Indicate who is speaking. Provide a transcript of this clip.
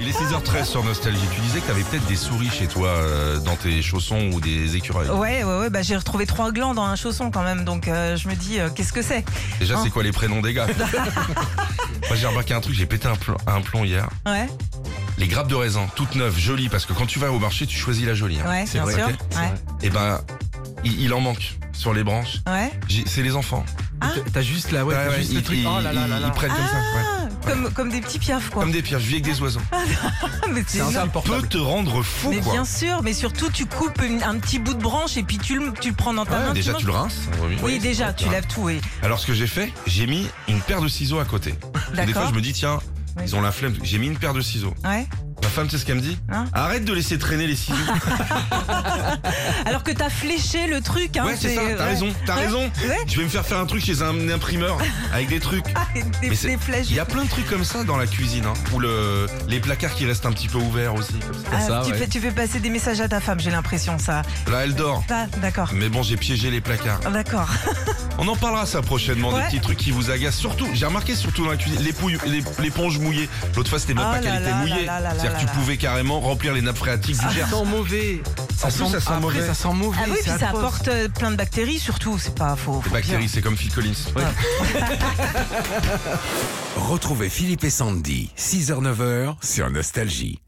Speaker 1: Il est 6h13 sur Nostalgie. Tu disais que t'avais peut-être des souris chez toi euh, dans tes chaussons ou des écureuils.
Speaker 2: Ouais, ouais, ouais, bah, j'ai retrouvé trois glands dans un chausson quand même, donc euh, je me dis, euh, qu'est-ce que c'est
Speaker 1: Déjà,
Speaker 2: Oh.
Speaker 1: c'est quoi les prénoms des gars Moi, j'ai remarqué un truc, j'ai pété un plomb, un plomb hier.
Speaker 2: Ouais,
Speaker 1: Les grappes de raisin, toutes neuves, jolies, parce que quand tu vas au marché, tu choisis la jolie. hein.
Speaker 2: ouais, bien
Speaker 1: vrai.
Speaker 2: sûr.
Speaker 1: Ok.
Speaker 2: Ouais,
Speaker 1: Et ben, il, il en manque sur les branches.
Speaker 2: ouais.
Speaker 1: J'ai- C'est les enfants.
Speaker 2: Ah.
Speaker 3: T'as- T'as juste la ouais,
Speaker 1: Ouais,
Speaker 3: t'as
Speaker 1: ouais,
Speaker 3: juste
Speaker 1: ils,
Speaker 3: le truc.
Speaker 1: ils-
Speaker 3: Oh là là là
Speaker 1: ils-
Speaker 3: là.
Speaker 1: ils prennent comme ça. ouais.
Speaker 2: Ah, comme, comme des petits piafs, quoi. Ah,
Speaker 1: Comme des pierres, je vis avec des oiseaux.
Speaker 2: Mais c'est
Speaker 3: C'est un
Speaker 2: énorme.
Speaker 3: sale
Speaker 1: Peut
Speaker 3: Ah. portable.
Speaker 1: te rendre fou,
Speaker 2: Mais
Speaker 1: quoi.
Speaker 2: bien sûr, mais surtout, tu coupes une- un petit bout de branche et puis tu le, tu le prends dans ta main.
Speaker 1: Déjà,
Speaker 2: manges.
Speaker 1: tu le rinces. en premier.
Speaker 2: Oui, déjà, tu laves tout, oui.
Speaker 1: Alors, ce que j'ai fait, j'ai mis une paire de ciseaux à côté. Et Des fois,
Speaker 2: D'accord.
Speaker 1: je me dis, tiens,
Speaker 2: Oui.
Speaker 1: ils ont la flemme. J'ai mis une paire de ciseaux.
Speaker 2: Ouais.
Speaker 1: Ma femme, tu sais ce qu'elle me dit
Speaker 2: Hein
Speaker 1: Arrête de laisser traîner les ciseaux.
Speaker 2: Alors que t'as fléché le truc, hein.
Speaker 1: ouais, c'est ça, t'as
Speaker 2: ouais.
Speaker 1: raison, t'as
Speaker 2: Ouais.
Speaker 1: raison.
Speaker 2: Ouais.
Speaker 1: Je vais me faire faire un truc chez un imprimeur avec des trucs.
Speaker 2: Ah, et des,
Speaker 1: Mais c'est-
Speaker 2: des flèches.
Speaker 1: Il y a plein de trucs comme ça dans la cuisine, hein, ou le, les placards qui restent un petit peu ouverts aussi. comme ça.
Speaker 2: Ah,
Speaker 3: ça,
Speaker 2: tu,
Speaker 3: ouais.
Speaker 2: fais, tu fais passer des messages à ta femme, j'ai l'impression, ça.
Speaker 1: Là, elle dort.
Speaker 2: Ça, d'accord.
Speaker 1: Mais bon, j'ai piégé les placards.
Speaker 2: Ah, D'accord.
Speaker 1: On en parlera ça prochainement, des
Speaker 2: Ouais.
Speaker 1: petits trucs qui vous agacent. Surtout, j'ai remarqué surtout dans la cuisine, les pouilles- les- l'éponge mouillée. L'autre fois, c'était même
Speaker 2: Oh
Speaker 1: pas
Speaker 2: là
Speaker 1: qu'elle était
Speaker 2: là
Speaker 1: mouillée.
Speaker 2: là là là
Speaker 1: C'est-à-dire
Speaker 2: là
Speaker 1: que tu
Speaker 2: là.
Speaker 1: pouvais carrément remplir les nappes phréatiques du
Speaker 3: Ça
Speaker 1: Gers.
Speaker 3: sent
Speaker 1: En
Speaker 3: mauvais.
Speaker 1: plus, ça sent
Speaker 3: après,
Speaker 1: mauvais.
Speaker 3: Ça sent mauvais.
Speaker 2: Ah oui,
Speaker 3: c'est
Speaker 2: puis ça
Speaker 3: atroce.
Speaker 2: apporte euh, plein de bactéries, surtout. C'est pas
Speaker 1: Les
Speaker 2: faux. faut le dire.
Speaker 1: bactéries, c'est comme Phil Collins.
Speaker 2: Ah.
Speaker 4: Retrouvez Philippe et Sandy, 6h-9h sur Nostalgie.